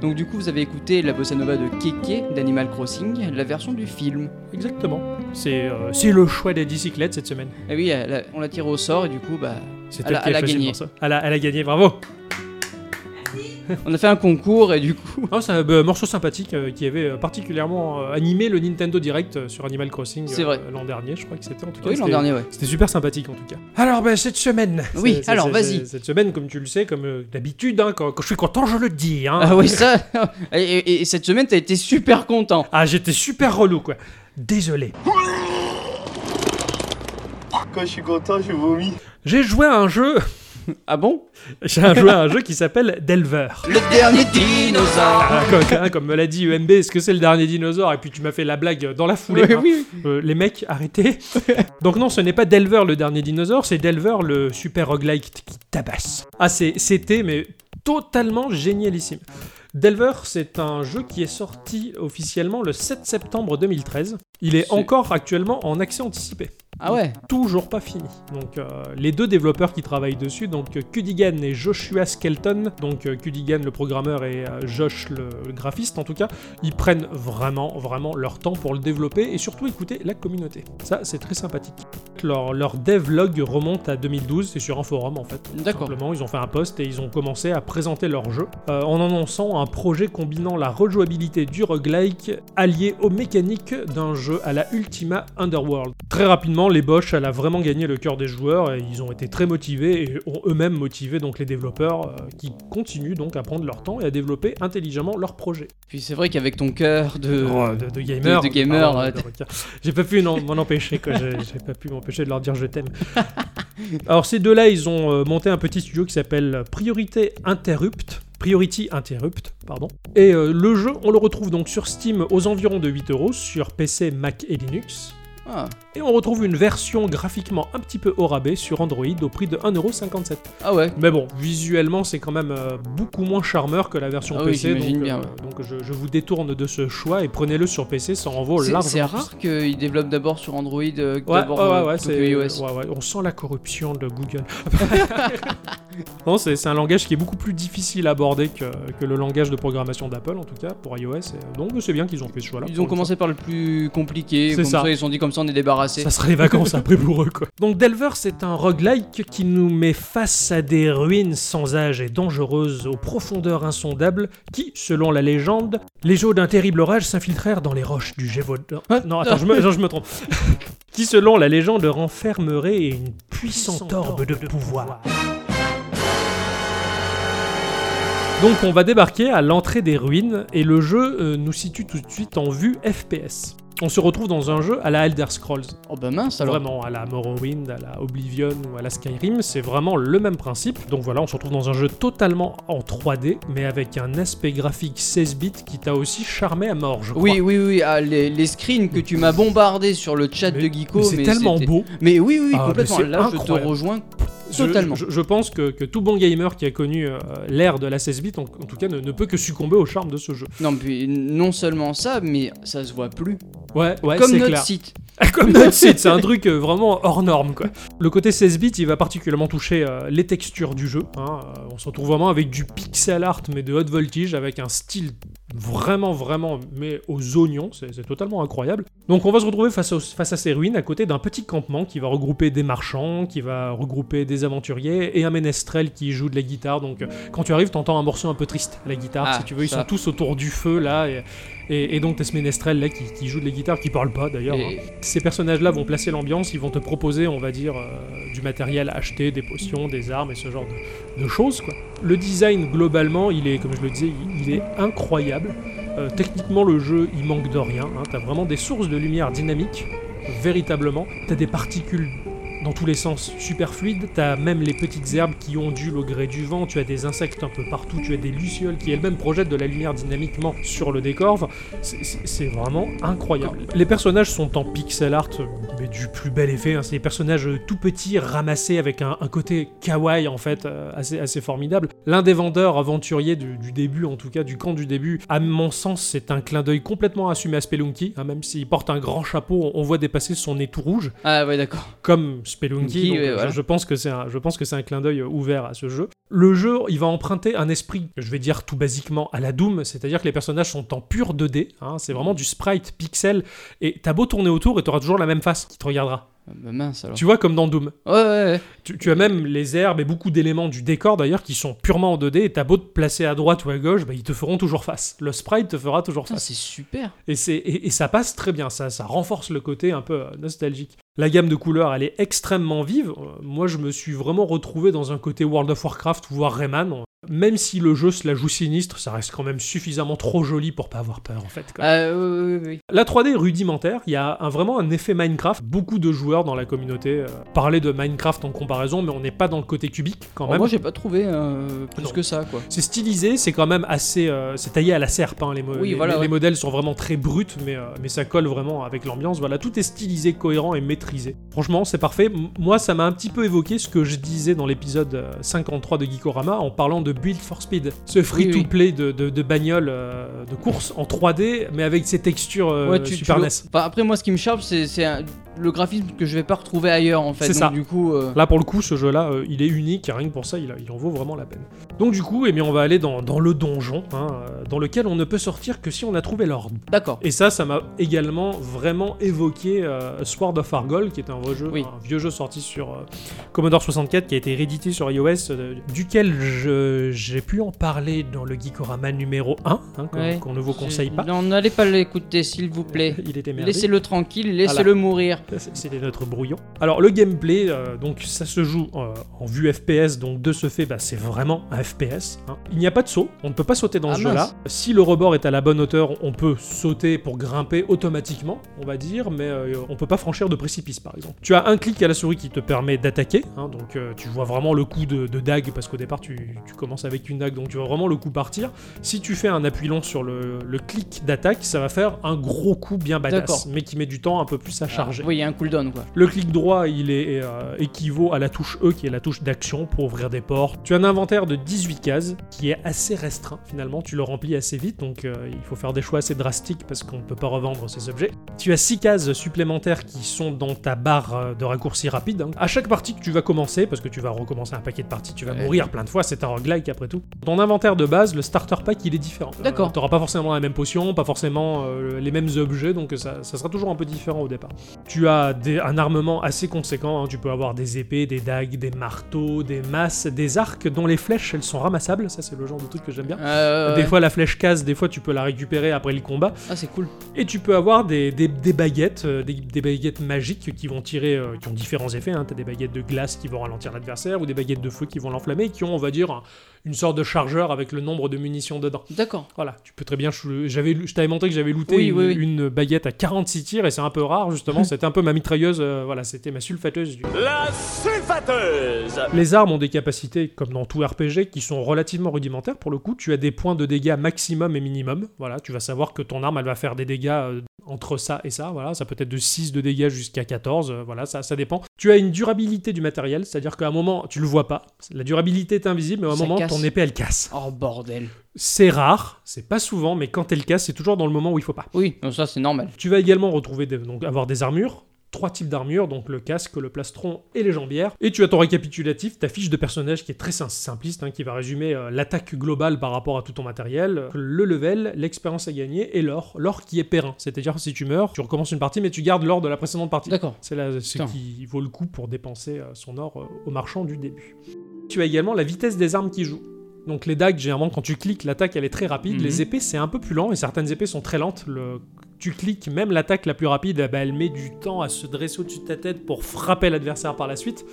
Donc du coup, vous avez écouté la bossa nova de Keke d'Animal Crossing, la version du film.
Exactement. C'est euh, c'est le choix des bicyclettes cette semaine.
Et Eh oui, elle a- on l'a tiré au sort et du coup, bah,
C'est
Elle a-
elle qui
elle a
a choisi le
gagné.
morceau. Elle a, elle a gagné, bravo.
on a fait un concours et du coup,
Ah, c'est un euh, morceau sympathique euh, qui avait euh, particulièrement euh, animé le Nintendo Direct euh, sur Animal Crossing
C'est
euh,
vrai.
l'an dernier, je crois que c'était en tout cas.
oui, l'an
c'était-
dernier, ouais.
C'était super sympathique en tout cas. Alors bah, cette semaine.
Oui,
c'est- c'est-
alors,
c'est-
vas-y.
c'est- Cette semaine, comme tu le sais, comme euh, d'habitude, hein, quand, quand je suis content, je le dis. hein.
Ah oui, (laughs) ça. Et, et- et cette semaine, t'as été super content.
Ah, j'étais super relou quoi. Désolé.
Quand je suis content, je vomis.
J'ai joué à un jeu. (laughs)
Ah bon
J'ai joué à un jeu qui s'appelle Delver.
Le dernier dinosaure.
Ah, comme, hein, comme me l'a dit UMB, est-ce que c'est le dernier dinosaure Et puis tu m'as fait la blague dans la
(laughs)
foulée.
Oui,
hein.
oui,
Euh, les mecs,
(laughs)
arrêtez. Donc non, ce n'est pas Delver le dernier dinosaure, c'est Delver le super roguelike qui tabasse. Ah, c'est- c'était, mais totalement génialissime. Delver, c'est un jeu qui est sorti officiellement le 7 septembre 2013. Il est
C'est-
encore actuellement en accès anticipé.
Ah ouais.
Toujours pas fini. Donc euh, les deux développeurs qui travaillent dessus, donc euh, Cudigan et Joshua Skelton, donc euh, Cudigan le programmeur et euh, Josh le, le graphiste en tout cas, ils prennent vraiment vraiment leur temps pour le développer et surtout écouter la communauté. Ça c'est très sympathique. Leur, leur devlog remonte à 2012, c'est sur un forum en fait.
D'accord.
Simplement, ils ont fait un post et ils ont commencé à présenter leur jeu euh, en annonçant un projet combinant la rejouabilité du roguelike allié aux mécaniques d'un jeu à la Ultima Underworld. Très rapidement, les Bosch elle a vraiment gagné le cœur des joueurs et ils ont été très motivés et ont eux-mêmes motivé donc les développeurs euh, qui continuent donc à prendre leur temps et à développer intelligemment leur projet.
Puis c'est vrai qu'avec ton cœur de.
Oh, de, de gamer.
de- de gamer,
pardon,
ouais.
de- de- J'ai pas pu non- m'en empêcher, quoi. J'ai j'ai pas pu m'empêcher de leur dire je
(laughs)
t'aime. Alors, ces deux-là, ils ont euh, monté un petit studio qui s'appelle Priorité Interrupt. Priority Interrupt, pardon. Et euh, le jeu, on le retrouve donc sur Steam aux environs de 8 euros, sur PC, Mac et Linux.
Ah.
Et on retrouve une version graphiquement un petit peu au rabais sur Android au prix de 1,57€.
Ah ouais.
Mais bon, visuellement, c'est quand même euh, beaucoup moins charmeur que la version
Ah oui,
PC.
j'imagine
donc euh,
bien, ouais.
donc je, je vous détourne de ce choix et prenez-le sur PC, ça en vaut
C'est-
largement.
C'est
plus.
rare qu'ils développent d'abord sur Android, euh, que
Oh, Ouais,
d'abord
ouais, ouais,
euh,
ouais,
plutôt
c'est-
que iOS.
ouais, ouais, on sent la corruption de Google. (laughs) non, c'est c'est un langage qui est beaucoup plus difficile à aborder que, que le langage de programmation d'Apple, en tout cas, pour iOS. et donc c'est bien qu'ils ont fait ce choix-là.
Ils
pour
ont
une fois.
commencé par le plus compliqué,
C'est
comme ça.
ça.
ils se sont dit comme ça on est débarrassé.
Ça serait les vacances après pour eux, quoi. Donc Delver, c'est un roguelike qui nous met face à des ruines sans âge et dangereuses aux profondeurs insondables qui, selon la légende, les eaux d'un terrible orage s'infiltrèrent dans les roches du Gévaudan. Non, attends, je me, non, je me (laughs) trompe. qui, selon la légende, renfermerait une puissante orbe de pouvoir. Donc on va débarquer à l'entrée des ruines et le jeu euh, nous situe tout de suite en vue FPS. On se retrouve dans un jeu à la Elder Scrolls.
Oh bah mince alors.
Vraiment, à la Morrowind, à la Oblivion ou à la Skyrim, c'est vraiment le même principe. Donc voilà, on se retrouve dans un jeu totalement en 3D, mais avec un aspect graphique 16 bits qui t'a aussi charmé à mort, je crois.
Oui, oui, oui, ah, les, les screens que tu m'as bombardés sur le chat
Mais-
de Geeko,
mais c'est
mais
tellement
c'était-
beau.
Mais oui, oui, oui,
Ah, mais
complètement.
c'est
Là, je
incroyable.
te rejoins
Je-
totalement.
Je, je pense que, que tout bon gamer qui a connu euh, l'ère de la 16 bits, en, en tout cas, ne, ne peut que succomber au charme de ce jeu.
Non, puis non seulement ça, mais ça se voit plus.
Ouais, ouais,
Comme
c'est
notre
clair.
site. (laughs)
(laughs) Comme notre site, c'est un truc euh, vraiment hors norme quoi. Le côté 16 bits, il va particulièrement toucher euh, les textures du jeu. hein. Euh, on se retrouve vraiment avec du pixel art mais de haute voltige, avec un style vraiment vraiment mais aux oignons, c'est c'est totalement incroyable. Donc on va se retrouver face, au- face à ces ruines à côté d'un petit campement qui va regrouper des marchands, qui va regrouper des aventuriers et un ménestrel qui joue de la guitare. Donc euh, quand tu arrives, t'entends un morceau un peu triste, la guitare,
Ah,
si tu veux, ils
ça.
sont tous autour du feu là. Et, et, et donc t'as ce ménestrel là qui, qui joue de la guitare, qui parle pas d'ailleurs. hein.
Et-
Ces personnages-là vont placer l'ambiance, ils vont te proposer, on va dire, euh, du matériel à acheter, des potions, des armes et ce genre de, de choses. Quoi. Le design, globalement, il est, comme je le disais, il, il est incroyable. Euh, techniquement, le jeu, il manque de rien. Hein. T'as vraiment des sources de lumière dynamiques, euh, véritablement. T'as des particules dans tous les sens super fluides. T'as même les petites herbes qui ondulent au gré du vent. Tu as des insectes un peu partout. Tu as des lucioles qui elles-mêmes projettent de la lumière dynamiquement sur le décor. Enfin, c'est- C'est c'est vraiment incroyable. Les personnages sont en pixel art, euh, mais du plus bel effet. hein. C'est des personnages euh, tout petits, ramassés avec un, un côté kawaii en fait, euh, assez, assez formidable. L'un des vendeurs aventuriers du, du début, en tout cas du camp du début, à mon sens, c'est un clin d'œil complètement assumé à Spelunky. hein, même s'il porte un grand chapeau, on- on voit dépasser son nez tout rouge
Ah ouais, d'accord.
comme Spelunky.
Spelunky,
donc,
ouais,
euh,
voilà.
je, pense que c'est un, je pense que c'est un clin d'œil euh, ouvert à ce jeu. Le jeu, il va emprunter un esprit, je vais dire tout basiquement, à la Doom, c'est-à-dire que les personnages sont en pur 2D, hein, c'est vraiment du sprite pixel, et t'as beau tourner autour et t'auras toujours la même face qui te regardera.
Ah, bah mince alors.
Tu vois, comme dans Doom.
Ouais, ouais, ouais.
Tu, tu as même les herbes et beaucoup d'éléments du décor d'ailleurs qui sont purement en 2D et t'as beau te placer à droite ou à gauche, bah, ils te feront toujours face. Le sprite te fera toujours
Putain,
face.
c'est super.
Et, c'est- et- et ça passe très bien, ça, ça renforce le côté un peu euh, nostalgique. La gamme de couleurs, elle est extrêmement vive. Euh, Moi, je me suis vraiment retrouvé dans un côté World of Warcraft, voire Rayman. Même si le jeu se la joue sinistre, ça reste quand même suffisamment trop joli pour pas avoir peur, en fait. quoi.
Ah, oui, oui, oui.
La 3D est rudimentaire, il y a un- vraiment un effet Minecraft. Beaucoup de joueurs dans la communauté euh, parlaient de Minecraft en comparaison, mais on n'est pas dans le côté cubique quand
Alors,
même.
moi, j'ai pas trouvé euh, plus
Non.
que ça, quoi.
C'est stylisé, c'est quand même assez. euh, c'est taillé à la serpe. hein, les, mo-
Oui,
les-
voilà,
les- les
ouais.
modèles sont vraiment très bruts, mais, euh, mais ça colle vraiment avec l'ambiance. Voilà, tout est stylisé, cohérent et maîtrisé. Franchement, c'est parfait. M- Moi, ça m'a un petit peu évoqué ce que je disais dans l'épisode euh, 53 de Geekorama en parlant de Build for Speed. Ce free-to-play de, de, de bagnole euh, de course en 3D, mais avec ses textures euh,
Ouais, tu- tu
Super
le-
NES.
Enfin, après, moi, ce qui me charge, c'est c'est un- le graphisme que je vais pas retrouver ailleurs, en fait.
C'est
Donc,
ça.
Du coup, euh,
Là, pour le coup, ce jeu-là, euh, il est unique, et rien que pour ça, il, il en vaut vraiment la peine. Donc, du coup, eh bien, on va aller dans, dans le donjon, hein, euh, dans lequel on ne peut sortir que si on a trouvé l'ordre.
d'accord.
Et ça, ça m'a également vraiment évoqué euh, Sword of Argol, qui est un, vrai jeu,
Oui.
un vieux jeu sorti sur euh, Commodore 64, qui a été réédité sur iOS, euh, duquel je- j'ai pu en parler dans le Geekorama numéro 1, hein, qu'on
Ouais.
qu'on ne vous conseille pas.
Non, n'allez pas l'écouter, s'il vous
(laughs)
plaît.
Il était merveilleux.
Laissez-le tranquille, laissez-le mourir.
C'est- C'était notre brouillon. Alors le gameplay, euh, donc ça se joue euh, en vue FPS, donc de ce fait, bah, c'est vraiment un FPS. hein. Il n'y a pas de saut, on ne peut pas sauter dans
Ah,
ce jeu-là.
mince.
Si le rebord est à la bonne hauteur, on peut sauter pour grimper automatiquement, on va dire, mais euh, on peut pas franchir de précipice par exemple. Tu as un clic à la souris qui te permet d'attaquer, hein, donc euh, tu vois vraiment le coup de, de dague, parce qu'au départ tu, tu commences avec une dague, donc tu vois vraiment le coup partir. Si tu fais un appui long sur le, le clic d'attaque, ça va faire un gros coup bien
D'accord.
badass, mais qui met du temps un peu plus à charger.
Oui, il y a un cooldown, quoi.
Le clic droit, il est euh, équivaut à la touche E, qui est la touche d'action pour ouvrir des portes. Tu as un inventaire de 18 cases, qui est assez restreint finalement. Tu le remplis assez vite, donc euh, il faut faire des choix assez drastiques parce qu'on ne peut pas revendre ces objets. Tu as 6 cases supplémentaires qui sont dans ta barre euh, de raccourci rapide. hein. À chaque partie que tu vas commencer, parce que tu vas recommencer un paquet de parties, tu vas
Ouais.
mourir plein de fois, c'est un roguelike après tout. Ton inventaire de base, le starter pack, il est différent. Euh,
D'accord.
T'auras pas forcément la même potion, pas forcément euh, les mêmes objets, donc ça, ça sera toujours un peu différent au départ. Tu as des- un armement assez conséquent, hein. tu peux avoir des épées, des dagues, des marteaux, des masses, des arcs dont les flèches elles sont ramassables, ça c'est le genre de truc que j'aime bien.
Euh,
Des
ouais.
fois la flèche casse, des fois tu peux la récupérer après le combat.
Ah, c'est cool.
Et tu peux avoir des, des- des baguettes, euh, des, des baguettes magiques qui vont tirer, euh, qui ont différents effets. Hein. T'as des baguettes de glace qui vont ralentir l'adversaire ou des baguettes de feu qui vont l'enflammer et qui ont, on va dire, un- une sorte de chargeur avec le nombre de munitions dedans.
D'accord.
Voilà, tu peux très bien. chou- J'avais, lou- je t'avais montré que j'avais looté
Oui,
une,
oui, oui.
une baguette à 46 tirs et c'est un peu
(laughs)
rare justement. c'était un peu ma mitrailleuse. euh, voilà, c'était ma sulfateuse. du-
La sulfateuse
Les armes ont des capacités, comme dans tout RPG, qui sont relativement rudimentaires pour le coup. Tu as des points de dégâts maximum et minimum. Voilà, tu vas savoir que ton arme, elle va faire des dégâts euh, entre ça et ça. Voilà, ça peut être de 6 de dégâts jusqu'à 14. euh, voilà, ça, ça dépend. Tu as une durabilité du matériel, c'est-à-dire qu'à un moment, tu le vois pas. La durabilité est invisible, mais à un
Ça
moment,
casse.
ton épée, elle casse.
Oh, bordel.
C'est rare, c'est pas souvent, mais quand elle casse, c'est toujours dans le moment où il faut pas.
Oui, non, ça, c'est normal.
Tu vas également retrouver des- donc avoir des armures, trois types d'armures, donc le casque, le plastron et les jambières. Et tu as ton récapitulatif, ta fiche de personnage qui est très sim- simpliste, hein, qui va résumer euh, l'attaque globale par rapport à tout ton matériel, euh, le level, l'expérience à gagner et l'or. L'or qui est périn, c'est-à-dire si tu meurs, tu recommences une partie, mais tu gardes l'or de la précédente partie.
D'accord.
C'est là ce
Putain.
qui vaut le coup pour dépenser euh, son or euh, au marchand du début. Tu as également la vitesse des armes qui jouent. Donc les dagues, généralement, quand tu cliques, l'attaque elle est très rapide.
Mhm.
Les épées, c'est un peu plus lent et certaines épées sont très lentes. Le... Tu cliques, même l'attaque la plus rapide, eh ben, elle met du temps à se dresser au-dessus de ta tête pour frapper l'adversaire par la suite.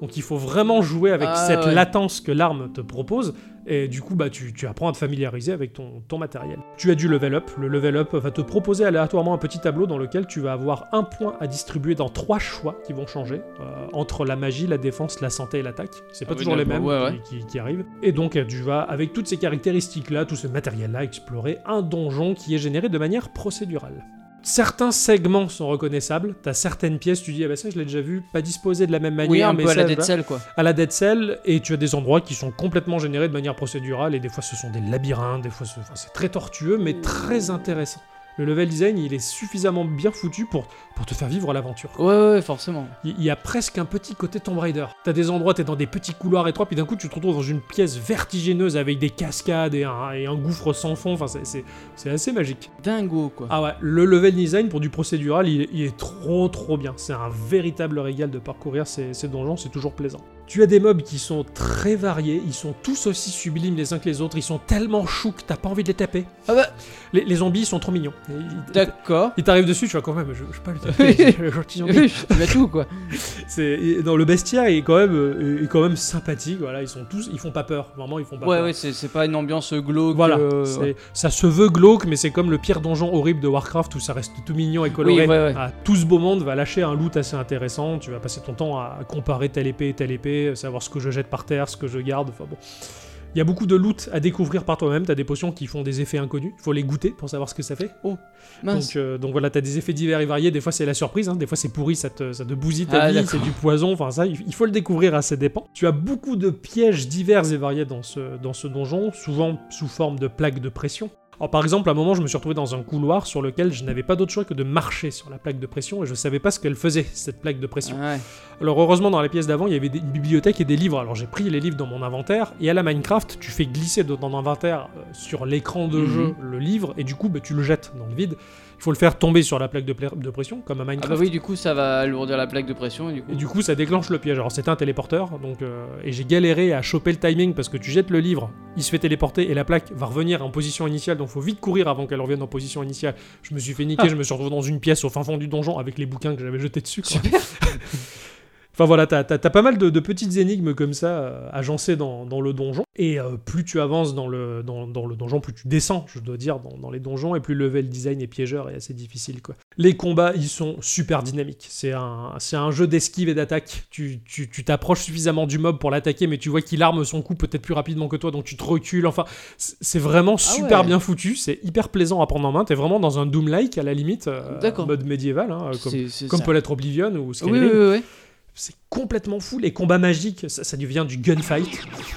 Donc il faut vraiment jouer avec
Ah,
cette
ouais.
latence que l'arme te propose. Et du coup, bah, tu, tu apprends à te familiariser avec ton, ton matériel. Tu as du level up. Le level up va te proposer aléatoirement un petit tableau dans lequel tu vas avoir un point à distribuer dans trois choix qui vont changer euh, entre la magie, la défense, la santé et l'attaque. C'est pas
Ah oui,
toujours les mêmes
d'accord, ouais, ouais.
Qui, qui- qui arrivent. Et donc, euh, tu vas, avec toutes ces caractéristiques-là, tout ce matériel-là, explorer un donjon qui est généré de manière procédurale. Certains segments sont reconnaissables. T'as certaines pièces, tu dis, ah bah ça, je l'ai déjà vu, pas disposé de la même manière,
oui, un
hein. mais
peu à la
ça
Dead
va
Cell, quoi.
à la Dead Cell et tu as des endroits qui sont complètement générés de manière procédurale et des fois ce sont des labyrinthes, des fois ce- enfin, c'est très tortueux mais très intéressant. le level design, il est suffisamment bien foutu pour, pour te faire vivre l'aventure. quoi.
Ouais, ouais, ouais, forcément.
Il il y a presque un petit côté Tomb Raider. T'as des endroits, t'es dans des petits couloirs étroits, puis d'un coup tu te retrouves dans une pièce vertigineuse avec des cascades et un, et un gouffre sans fond. Enfin, c'est- c'est c'est assez magique.
Dingo, quoi.
Ah ouais, le level design pour du procédural, il, il est trop trop bien. C'est un véritable régal de parcourir ces, ces donjons, c'est toujours plaisant. Tu as des mobs qui sont très variés, ils sont tous aussi sublimes les uns que les autres, ils sont tellement choux que t'as pas envie de les taper.
Ah bah,
Les, les zombies ils sont trop mignons. Ils- Ils,
d'accord.
ils t'arrivent dessus, tu vois quand même, je, je peux pas le taper. le gentil zombie.
(laughs) Oui, tu vas tout, quoi.
C'est et dans le bestiaire, il est quand même, euh, est quand même sympathique. Voilà, ils sont tous, ils font pas peur. Vraiment, ils font
(laughs)
pas
Ouais,
peur.
ouais, c'est c'est pas une ambiance glauque.
Voilà,
euh,
c'est-
ouais.
ça se veut glauque, mais c'est comme le pire donjon horrible de Warcraft où ça reste tout mignon et coloré.
Oui, ouais, ouais.
Ah, tout ce beau monde va lâcher un loot assez intéressant. Tu vas passer ton temps à comparer telle épée et telle épée, savoir ce que je jette par terre, ce que je garde. Enfin bon, il y a beaucoup de loot à découvrir par toi-même. T'as des potions qui font des effets inconnus. Il faut les goûter pour savoir ce que ça fait.
Mince.
Donc, euh, donc voilà, t'as des effets divers et variés. Des fois, c'est la surprise. hein. Des fois, c'est pourri, ça te, ça te bousille ta
Ah,
vie,
d'accord.
c'est du poison. Enfin, ça, il il faut le découvrir à ses dépens. Tu as beaucoup de pièges divers et variés dans ce, dans ce donjon, souvent sous forme de plaques de pression. Alors, par exemple, à un moment, je me suis retrouvé dans un couloir sur lequel je n'avais pas d'autre choix que de marcher sur la plaque de pression et je savais pas ce qu'elle faisait, cette plaque de pression.
Ah ouais.
Alors heureusement dans la pièce d'avant il y avait des- une bibliothèque et des livres. Alors j'ai pris les livres dans mon inventaire et à la Minecraft tu fais glisser dans ton inventaire euh, sur l'écran de
Mhm.
jeu le livre et du coup bah, tu le jettes dans le vide. Il faut le faire tomber sur la plaque de, pla- de pression comme à
Ah
Minecraft.
bah oui, du coup, ça va alourdir la plaque de pression. Et du coup,
Et du coup, ça déclenche le piège. Alors, c'était un téléporteur, donc euh, et j'ai galéré à choper le timing parce que tu jettes le livre, il se fait téléporter et la plaque va revenir en position initiale. Donc, faut vite courir avant qu'elle revienne en position initiale. Je me suis fait
Ah.
niquer, je me suis retrouvé dans une pièce au fin fond du donjon avec les bouquins que j'avais jetés dessus. quoi. Enfin voilà, t'as t'as- t'as pas mal de, de petites énigmes comme ça euh, agencées dans, dans le donjon. Et euh, plus tu avances dans le, dans, dans le donjon, plus tu descends, je dois dire, dans, dans les donjons, et plus le level design et piégeur est assez difficile. quoi. Les combats, ils sont super dynamiques. C'est un, c'est un jeu d'esquive et d'attaque. Tu tu- tu t'approches suffisamment du mob pour l'attaquer, mais tu vois qu'il arme son coup peut-être plus rapidement que toi, donc tu te recules. Enfin, c'est c'est vraiment super
Ah ouais.
bien foutu. C'est hyper plaisant à prendre en main. T'es vraiment dans un Doom-like à la limite, euh,
D'accord.
mode médiéval, hein, comme,
c'est- c'est
comme
ça.
peut l'être Oblivion ou
Oui,
Skyrim.
oui, oui, oui.
(laughs) C'est complètement fou, les combats magiques, ça, ça devient du gunfight.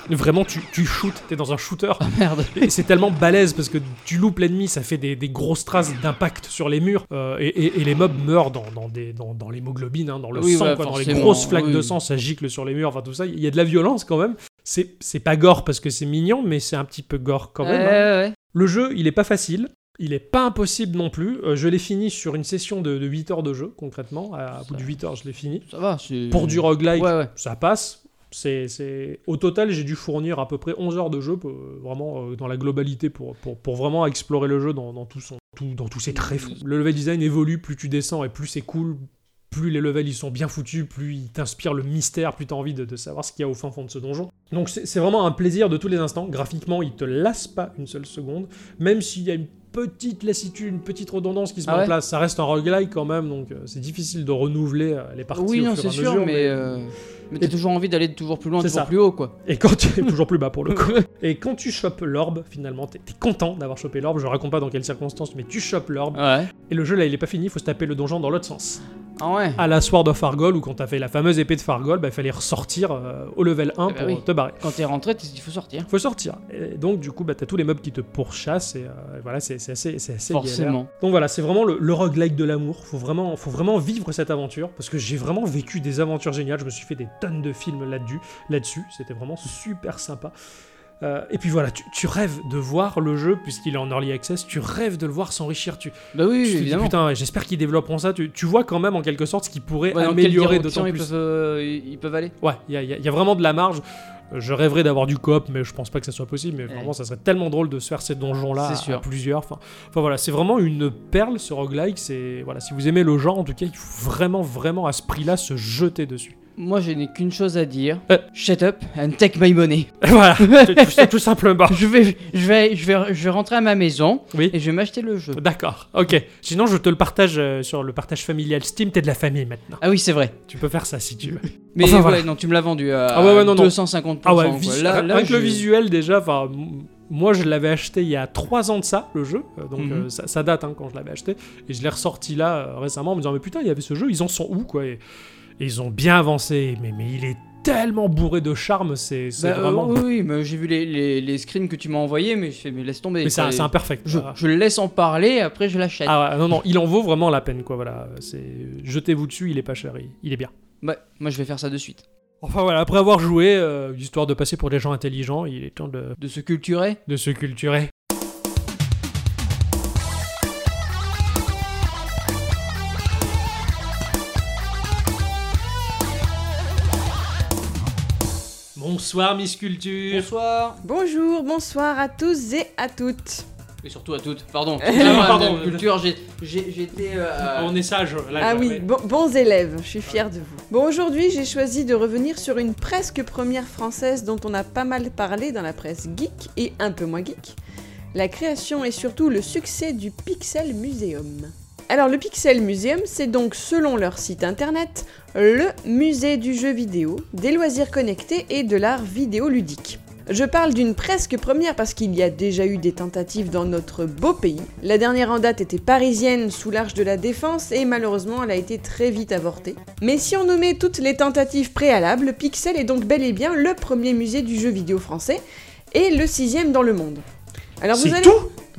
Vraiment, tu, tu shootes, t'es dans un shooter.
Merde.
Et c'est tellement balèze parce que tu loupes l'ennemi, ça fait des, des grosses traces d'impact sur les murs. Euh, et, et- et les mobs meurent dans, dans, des- dans- dans l'hémoglobine, hein, dans le
Oui,
sang,
bah,
quoi, dans les
forcément,
grosses flaques de
oui.
sang, ça gicle sur les murs, enfin tout ça. Il y a de la violence quand même. C'est c'est pas gore parce que c'est mignon, mais c'est un petit peu gore quand même.
Ouais,
hein.
ouais, ouais.
Le jeu, il est pas facile. Il est pas impossible non plus. Euh, je l'ai fini sur une session de, 8 heures de jeu, concrètement. À, au bout de 8 heures, je l'ai fini.
Ça va. c'est-
Pour du roguelike,
Ouais, ouais.
ça passe. C'est, c'est- Au total, j'ai dû fournir à peu près 11 heures de jeu, pour- euh, vraiment euh, dans la globalité, pour, pour, pour vraiment explorer le jeu dans, dans, tout son, tout- dans tous ses traits. Le level design évolue, plus tu descends et plus c'est cool, plus les levels ils sont bien foutus, plus ils t'inspirent le mystère, plus t'as envie de, de savoir ce qu'il y a au fin fond de ce donjon. Donc c'est c'est vraiment un plaisir de tous les instants. Graphiquement, il te lasse pas une seule seconde, même s'il y a une petite lassitude, une petite redondance qui se
Ah
met en
ouais
place. Ça reste un roguelike quand même, donc euh, c'est difficile de renouveler euh, les parties
Oui,
au
non,
fur et
c'est
à
sûr,
mesure,
mais. euh, Mais t'as
Et-
toujours envie d'aller toujours plus loin,
C'est
toujours
ça.
plus haut, quoi.
Et quand tu toujours plus bas pour le coup. Et quand tu chopes l'orbe, finalement, t'es t'es content d'avoir chopé l'orbe. Je raconte pas dans quelles circonstances, mais tu chopes l'orbe.
(laughs) Ouais.
Et le jeu là, il est pas fini. Faut se taper le donjon dans l'autre sens.
Ah ouais.
À la Sword of Fargol, ou quand t'as fait la fameuse épée de Fargol, bah, il fallait ressortir euh, au level 1
Eh ben
pour
oui.
te barrer.
Quand t'es rentré, t'es- il faut sortir.
Faut sortir. Et donc du coup, bah, t'as tous les mobs qui te pourchassent. Et euh, voilà, c'est c'est assez, c'est assez galère.
Forcément.
Donc voilà, c'est vraiment le, le roguelike de l'amour. Faut vraiment, faut vraiment vivre cette aventure parce que j'ai vraiment vécu des aventures géniales. Je me suis fait des tonnes de films là-dessus. là-dessus. C'était vraiment super sympa. Euh, et puis voilà, tu, tu rêves de voir le jeu puisqu'il est en early access. Tu rêves de le voir s'enrichir. Tu,
Bah oui,
tu te dis,
évidemment.
putain, j'espère qu'ils développeront ça. Tu, tu vois quand même en quelque sorte ce qui pourrait
Ouais, Bah, dans quelle
améliorer
direction
d'autant
ils
plus.
peuvent, euh, ils peuvent aller.
Ouais, il y, a- il y a- il y a vraiment de la marge. Euh, Je rêverais d'avoir du coop, mais je pense pas que ça soit possible. Mais
Ouais.
vraiment, ça serait tellement drôle de se faire ces donjons-là
C'est
à- à,
sûr.
plusieurs. Enfin, enfin, voilà, c'est vraiment une perle ce roguelike. C'est voilà, si vous aimez le genre, en tout cas, il faut vraiment, vraiment à ce prix-là se jeter dessus. (laughs)
Moi, je n'ai qu'une chose à dire.
Euh.
Shut up and take my money.
Et voilà, tout, tout- tout simplement.
Je vais, je vais, je vais, je vais rentrer à ma maison
Ah. Oui.
et je vais m'acheter le jeu.
D'accord, ok. Sinon, je te le partage euh, sur le partage familial Steam. T'es de la famille maintenant.
Ah oui, c'est vrai.
Tu peux faire ça si tu veux.
Mais
Enfin,
ouais,
voilà.
non, tu me l'as vendu à
Ah ouais, ouais, non, non.
250%.
Ah ouais,
quoi.
vis-
Là- là,
avec le
je-
visuel déjà, enfin, m- moi je l'avais acheté il y a 3 ans de ça, le jeu, euh, donc
Mhm.
euh, ça, ça date hein, quand je l'avais acheté, et je l'ai ressorti là euh, récemment en me disant mais putain il y avait ce jeu, ils en sont où quoi et, et ils ont bien avancé, mais, mais il est tellement bourré de charme, c'est c'est
Bah, euh,
vraiment.
oui, oui, mais j'ai vu les, les, les screens que tu m'as envoyés, mais je fais, mais laisse tomber.
mais c'est un- c'est
Ça-
imperfect.
je,
Ah.
je le laisse en parler, après je l'achète.
Ah ouais, non, non, il en vaut vraiment la peine, quoi, voilà. C'est... Jetez-vous dessus, il est pas cher, il, il est bien.
Bah, moi je vais faire ça de suite.
Enfin voilà, après avoir joué, euh, histoire de passer pour des gens intelligents, il est temps de,
De se culturer
de se culturer. Bonsoir Miss Culture
Bonsoir
Bonjour, bonsoir à tous et à toutes.
Et surtout à toutes, pardon.
Ah, (laughs) pardon.
De culture, j'ai- j'ai- j'étais. euh,
On est sage, là.
Ah
je-
oui,
ouais.
bon- bons élèves, je suis fière de vous. Bon, aujourd'hui, j'ai choisi de revenir sur une presque première française dont on a pas mal parlé dans la presse geek et un peu moins geek. La création et surtout le succès du Pixel Museum. Alors le Pixel Museum, c'est donc selon leur site internet, le musée du jeu vidéo, des loisirs connectés et de l'art vidéoludique. Je parle d'une presque première parce qu'il y a déjà eu des tentatives dans notre beau pays. La dernière en date était parisienne sous l'Arche de la Défense et malheureusement elle a été très vite avortée. Mais si on nommait toutes les tentatives préalables, Pixel est donc bel et bien le premier musée du jeu vidéo français et le sixième dans le monde. Alors vous
C'est
allez...
tout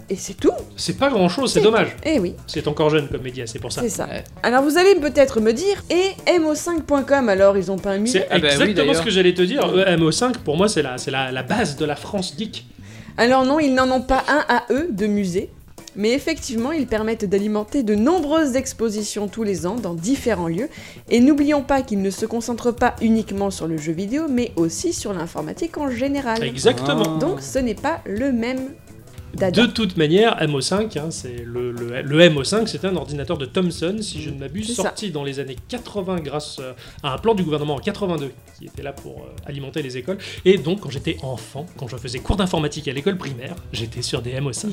Et c'est tout
C'est pas grand chose, c'est dommage.
Eh oui.
C'est encore jeune comme média, c'est pour ça.
C'est ça.
Ouais.
Alors vous allez peut-être me dire, et MO5.com alors ils ont pas un musée
C'est
Ah bah oui,
exactement
d'ailleurs.
ce que j'allais te dire. E EMO5, pour moi, c'est la, c'est la, la base de la France geek.
Alors non, ils n'en ont pas un à eux de musée, mais effectivement ils permettent d'alimenter de nombreuses expositions tous les ans dans différents lieux, et n'oublions pas qu'ils ne se concentrent pas uniquement sur le jeu vidéo, mais aussi sur l'informatique en général.
Exactement.
Donc ce n'est pas le même
De
dada.
toute manière, MO5, hein, c'est le, le- le MO5, c'est un ordinateur de Thomson, si je ne m'abuse,
C'est ça.
sorti dans les années 80 grâce euh, à un plan du gouvernement en 82 qui était là pour euh, alimenter les écoles. Et donc, quand j'étais enfant, quand je faisais cours d'informatique à l'école primaire, j'étais sur des MO5.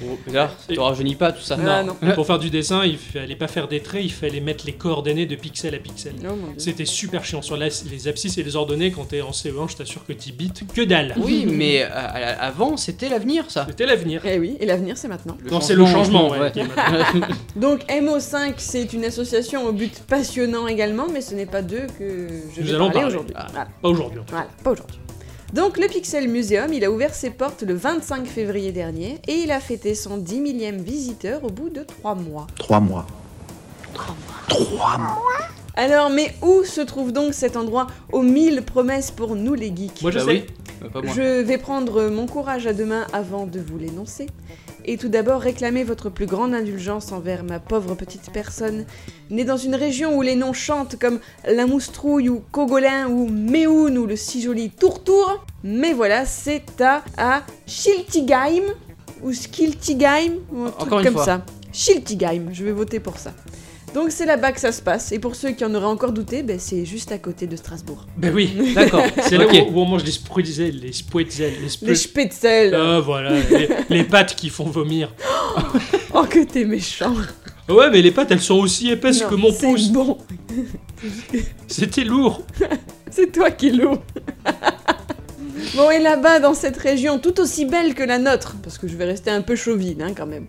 Oh, bizarre, ça te rajeunis pas tout ça.
Ah, non.
Pour faire du dessin, il fallait pas faire des traits, il fallait mettre les coordonnées de pixel à pixel.
Oh mon Dieu.
C'était super chiant sur la- les abscisses et les ordonnées quand t'es en CE1, je t'assure que 10 bits, que dalle.
Oui, mais euh, à la- avant c'était l'avenir ça.
C'était l'avenir.
Eh oui, et l'avenir c'est maintenant.
Non, c'est le changement, ouais, qui est maintenant. (laughs)
Donc MO5, c'est une association au but passionnant également, mais ce n'est pas d'eux que je
Nous
vais
allons
parler,
parler.
aujourd'hui.
Ah.
Voilà.
Pas aujourd'hui. en tout cas.
Voilà, pas aujourd'hui. Donc le Pixel Museum, il a ouvert ses portes le 25 février dernier et il a fêté son 10 millième visiteur au bout de 3 mois.
Trois mois.
Alors mais où se trouve donc cet endroit aux mille promesses pour nous les geeks
Moi, je
Bah
sais.
oui. Bah, (laughs) pas moi.
Je vais prendre mon courage à deux mains avant de vous l'énoncer. Et tout d'abord réclamer votre plus grande indulgence envers ma pauvre petite personne, née dans une région où les noms chantent comme la moustrouille ou Cogolin ou Méoun ou le si joli Tourtour. Mais voilà, c'est à, à Schiltigheim ou Skiltigheim ou un truc
Encore une
comme
fois.
ça. Schiltigheim, je vais voter pour ça. Donc c'est là-bas que ça se passe, et pour ceux qui en auraient encore douté, ben, c'est juste à côté de Strasbourg.
Ben oui,
D'accord.
(laughs) c'est
Ok.
là où, où on mange les sprutzels, les sprutzels, les
Les
sprutzels.
Spätzle
Euh.
Ah, voilà, les, les pâtes qui font vomir.
Oh que t'es méchant
Ouais, mais les pâtes, elles sont aussi épaisses
Non,
que mon
c'est
pouce.
bon,
C'était lourd.
c'est toi
(laughs)
qui l'eau. bon, et là-bas, dans cette région tout aussi belle que la nôtre, parce que je vais rester un peu chauvine hein, quand même,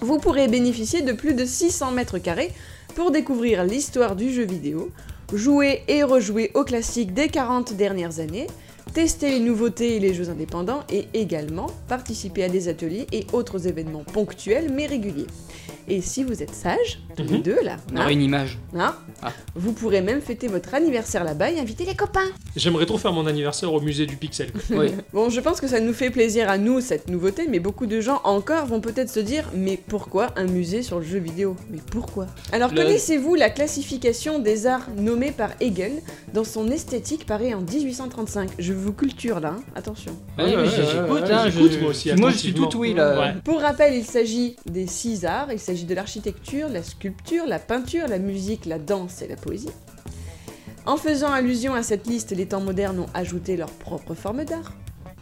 vous pourrez bénéficier de plus de 600 mètres carrés pour découvrir l'histoire du jeu vidéo, jouer et rejouer aux classiques des 40 dernières années, tester les nouveautés et les jeux indépendants et également participer à des ateliers et autres événements ponctuels mais réguliers. Et si vous êtes sage, tous les
Mhm.
deux là,
On
hein,
aurait une image.
Hein
Ah.
Vous pourrez même fêter votre anniversaire là-bas et inviter les copains.
J'aimerais trop faire mon anniversaire au musée du Pixel. quoi.
Oui.
Bon, je pense que ça nous fait plaisir à nous, cette nouveauté, mais beaucoup de gens encore vont peut-être se dire Mais pourquoi un musée sur le jeu vidéo Mais pourquoi Alors,
Le-
connaissez-vous la classification des arts nommée par Hegel dans son esthétique parée en 1835 Je vous culture là, hein, attention.
Ah oui,
Ouais,
mais
ouais,
j'écoute,
ouais,
hein, je-
ouais, j'écoute, moi aussi.
Moi, je suis
attentivement.
tout oui, là.
Ouais.
Pour rappel, il s'agit des six arts, il s'agit de l'architecture, la sculpture, la peinture, la musique, la danse et la poésie. En faisant allusion à cette liste, les temps modernes ont ajouté leur propre forme d'art.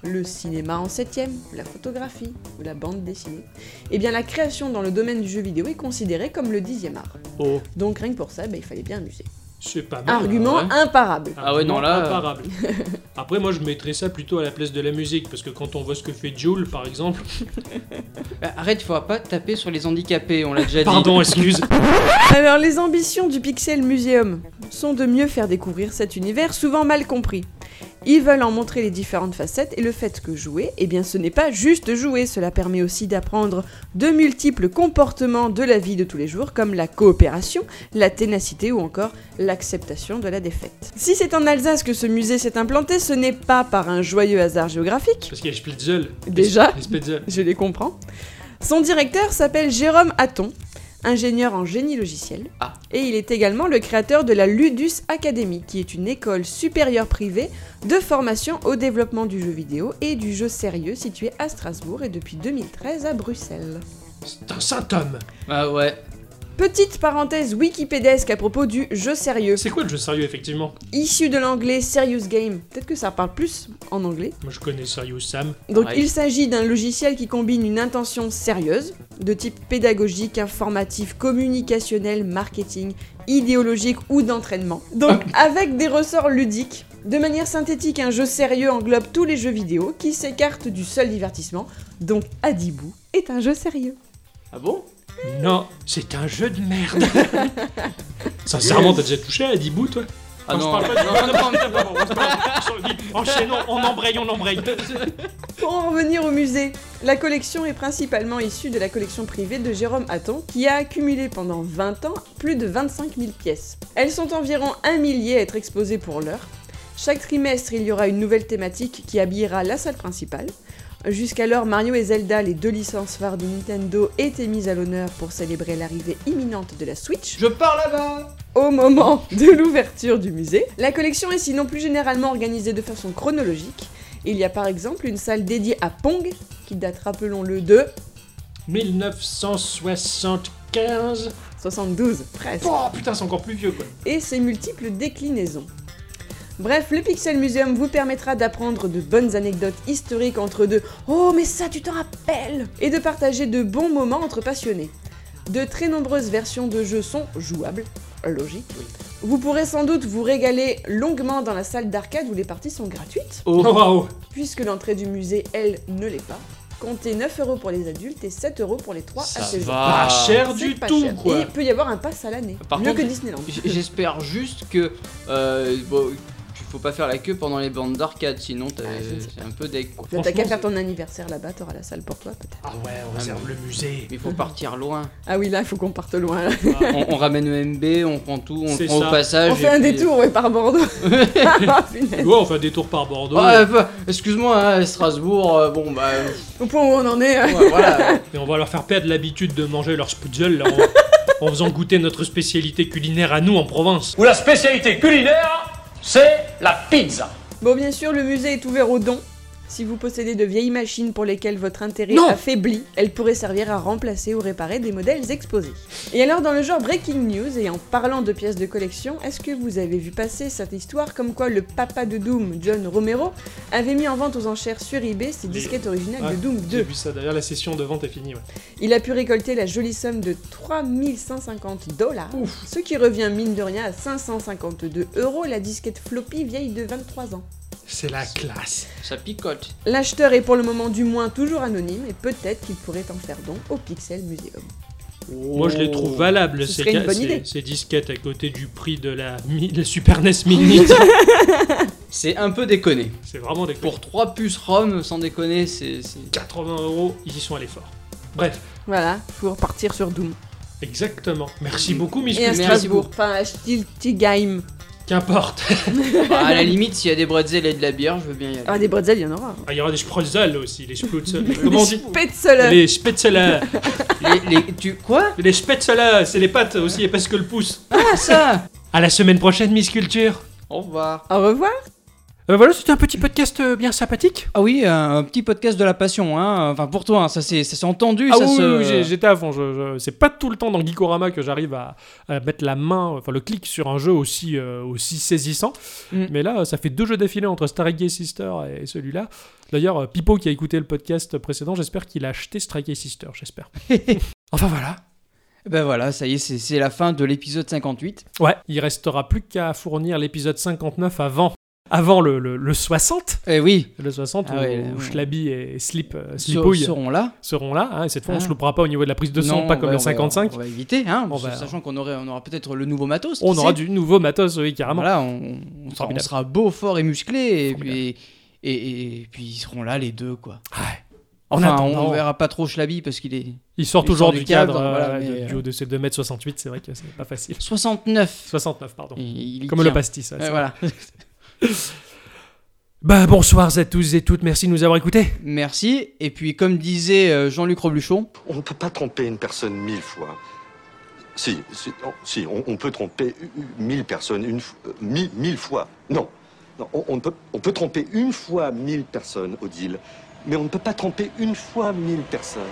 Le cinéma en septième, la photographie ou la bande dessinée. Et bien la création dans le domaine du jeu vidéo est considérée comme le dixième art.
Oh,
Donc rien que pour ça, ben, il fallait bien amuser.
c'est pas mal.
Argument
ouais.
imparable.
Ah ouais, non, là, euh.
Imparable. Après, moi, je mettrais ça plutôt à la place de la musique, parce que quand on voit ce que fait Joule, par exemple.
Bah, Arrête, faut pas taper sur les handicapés, on l'a déjà dit.
Pardon, excuse.
Alors les ambitions du Pixel Museum, sont de mieux faire découvrir cet univers souvent mal compris. Ils veulent en montrer les différentes facettes et le fait que jouer, eh bien ce n'est pas juste jouer, cela permet aussi d'apprendre de multiples comportements de la vie de tous les jours comme la coopération, la ténacité ou encore l'acceptation de la défaite. Si c'est en Alsace que ce musée s'est implanté, ce n'est pas par un joyeux hasard géographique,
Parce qu'il y a les Splitzel.
Déjà
Les Splitzel.
je les comprends. Son directeur s'appelle Jérôme Hatton, ingénieur en génie logiciel,
Ah.
et il est également le créateur de la Ludus Academy, qui est une école supérieure privée de formation au développement du jeu vidéo et du jeu sérieux située à Strasbourg et depuis 2013 à Bruxelles.
C'est un saint homme.
Ah ouais.
Petite parenthèse wikipédesque à propos du jeu sérieux,
C'est quoi le jeu sérieux, effectivement
issu de l'anglais serious game. Peut-être que ça parle plus en anglais.
Moi, je connais Serious Sam.
Donc
Pareil.
il s'agit d'un logiciel qui combine une intention sérieuse, de type pédagogique, informatif, communicationnel, marketing, idéologique ou d'entraînement, donc avec des ressorts ludiques. De manière synthétique, un jeu sérieux englobe tous les jeux vidéo qui s'écartent du seul divertissement, donc Adibou est un jeu sérieux.
Ah bon
Non, c'est un jeu de merde. Sincèrement, t'as déjà touché à Adibou, toi
Ah
je
non.
parle pas du-
non, non,
(laughs)
non.
On se parle- on se dit, Enchaînons, on embraye, on embraye.
Pour en revenir au musée, la collection est principalement issue de la collection privée de Jérôme Hatton, qui a accumulé pendant 20 ans plus de 25 000 pièces. Elles sont environ un millier à être exposées pour l'heure. Chaque trimestre, il y aura une nouvelle thématique qui habillera la salle principale. Jusqu'alors, Mario et Zelda, les deux licences phares de Nintendo, étaient mises à l'honneur pour célébrer l'arrivée imminente de la Switch
Je pars là-bas
au moment de l'ouverture du musée. La collection est sinon plus généralement organisée de façon chronologique. Il y a par exemple une salle dédiée à Pong, qui date, rappelons-le, de
1975.
72, presque,
Oh putain, c'est encore plus vieux quoi.
et ses multiples déclinaisons. Bref, le Pixel Museum vous permettra d'apprendre de bonnes anecdotes historiques entre deux « Oh, mais ça, tu t'en rappelles !» et de partager de bons moments entre passionnés. De très nombreuses versions de jeux sont jouables, logique. Vous pourrez sans doute vous régaler longuement dans la salle d'arcade où les parties sont gratuites.
Oh waouh.
puisque l'entrée du musée, elle, ne l'est pas. Comptez 9 euros pour les adultes et 7 euros pour les 3 à
Ça
16
va.
ans.
Pas cher
C'est
du
pas
Ah, tout
cher.
quoi.
Et il peut y avoir un pass à l'année.
Par
Mieux
contre,
que Disneyland.
J- J'espère juste que. Euh, bon, tu faut pas faire la queue pendant les bandes d'arcade, sinon t'as-
Ah, je ne sais
c'est un peu deg quoi.
T'as qu'à
franchement,
faire ton anniversaire là-bas, t'auras la salle pour toi peut-être.
Ah ouais, on réserve le musée.
Mais faut partir
(laughs)
loin.
Ah oui, là, il faut qu'on parte loin. là.
on, on ramène EMB, on prend tout, on
C'est
le prend
ça.
au passage.
On
et
fait un
puis-
détour, ouais,
(laughs)
par Bordeaux. (laughs) Ah, punaise.
Ouais, on fait un détour par Bordeaux.
Ouais, bah, Excuse-moi, hein, Strasbourg, euh, bon bah. euh,
Au point où on en est.
(laughs)
euh.
ouais, voilà.
Et on va leur faire perdre l'habitude de manger leur spudzel là, en- (laughs) en, faisant goûter notre spécialité culinaire à nous en province.
Où la spécialité culinaire, c'est la pizza.
Bon, bien sûr, le musée est ouvert aux dons. Si vous possédez de vieilles machines pour lesquelles votre intérêt
Non.
affaiblit, elles pourraient servir à remplacer ou réparer des modèles exposés. Et alors, dans le genre Breaking News et en parlant de pièces de collection, est-ce que vous avez vu passer cette histoire comme quoi le papa de Doom, John Romero, avait mis en vente aux enchères sur eBay ses
Les-
disquettes originales
Ouais,
de Doom 2
J'ai vu ça d'ailleurs, la session de vente est finie. ouais.
il a pu récolter la jolie somme de 3150 dollars, ce qui revient mine de rien à 552 euros la disquette floppy vieille de 23 ans.
C'est la classe.
Ça picote.
L'acheteur est pour le moment du moins toujours anonyme et peut-être qu'il pourrait en faire don au Pixel Museum.
Moi je les
Oh.
trouve valables
Oh. Ce
ces,
serait une
ca-
bonne
ces-
idée.
ces disquettes à côté du prix de la, mi- la Super NES Mini.
(laughs)
C'est un peu déconné.
c'est vraiment des
Pour 3 puces ROM, sans déconner, c'est. c'est-
80 euros, ils y sont allés fort. Bref,
Voilà, pour repartir sur Doom.
exactement. Merci beaucoup, Miss
Mm. Et à
Plus.
merci
Strasbourg,
beaucoup.
enfin à Stiltigheim.
Qu'importe. (laughs)
Bah, à la limite, s'il y a des bretzels et de la bière, je veux bien y aller.
Ah, des bretzels, il y en aura.
Ah, il y aura des Sprolzal aussi, les
(laughs)
Splutzel. Comment on dit
Spätzle
Les Spätzle.
Les, les- tu, quoi
Les Spätzle, c'est les pattes aussi, et pas que le pouce.
Ah, ça
À la semaine prochaine, Miss Culture.
Au revoir.
Au revoir
Euh, voilà, c'était un petit podcast euh, bien sympathique.
Ah oui, un, un petit podcast de la passion, hein. Enfin, pour toi, hein, ça s'est ça s'est entendu,
Ah
ça
oui,
se-
oui, j'ai- j'étais à fond. je- je- C'est pas tout le temps dans Geekorama que j'arrive à, à mettre la main, enfin le clic sur un jeu aussi, euh, aussi saisissant.
Mm.
Mais là, ça fait deux jeux d'affilée entre Stargate Sister et celui-là. D'ailleurs, euh, Pipo qui a écouté le podcast précédent, j'espère qu'il a acheté Stargate Sister, j'espère. enfin voilà.
Ben voilà, ça y est, c'est c'est la fin de l'épisode 58.
Ouais, il restera plus qu'à fournir l'épisode 59 avant. avant le, le- le 60.
Eh oui,
Le 60
Ah
où,
ouais,
où
ouais.
Schlaby et Slip,
seront
euh, Slipouille
seront là.
seront là. hein, et cette fois, on
Ah.
se loupera pas au niveau de la prise de son,
Non, bah
pas comme
ouais,
en
on va-
55.
On va éviter, hein,
Bon,
parce que
bah,
sachant qu'on aurait, on aura peut-être le nouveau matos.
on
qui
aura
sait.
du nouveau matos, oui, carrément.
Voilà, on, on sera, on
Formidable.
sera beau, fort et musclé, et puis, et, et- et puis ils seront là les deux, quoi.
En
Enfin,
attendant,
on verra pas trop Schlabi parce qu'il est
ils sortent
il
toujours
sort
du
du
cadre,
cadre,
euh,
voilà,
de-
mais,
du haut de ces 2m68, c'est vrai que c'est pas
(laughs)
facile.
69.
69, pardon.
Il- il y
Comme
tient.
le pastis. ouais,
Ouais,
c'est
voilà.
Bah bonsoir à tous et toutes, merci de nous avoir écoutés.
Merci. Et puis, comme disait euh, Jean-Luc Robluchon,
On ne peut pas tromper une personne mille fois. Si, si, on, si, on, on peut tromper u- u- mille personnes une f- euh, mille, mille fois. Non, non on, on peut, on peut tromper une fois mille personnes, Odile, mais on ne peut pas tromper une fois mille personnes.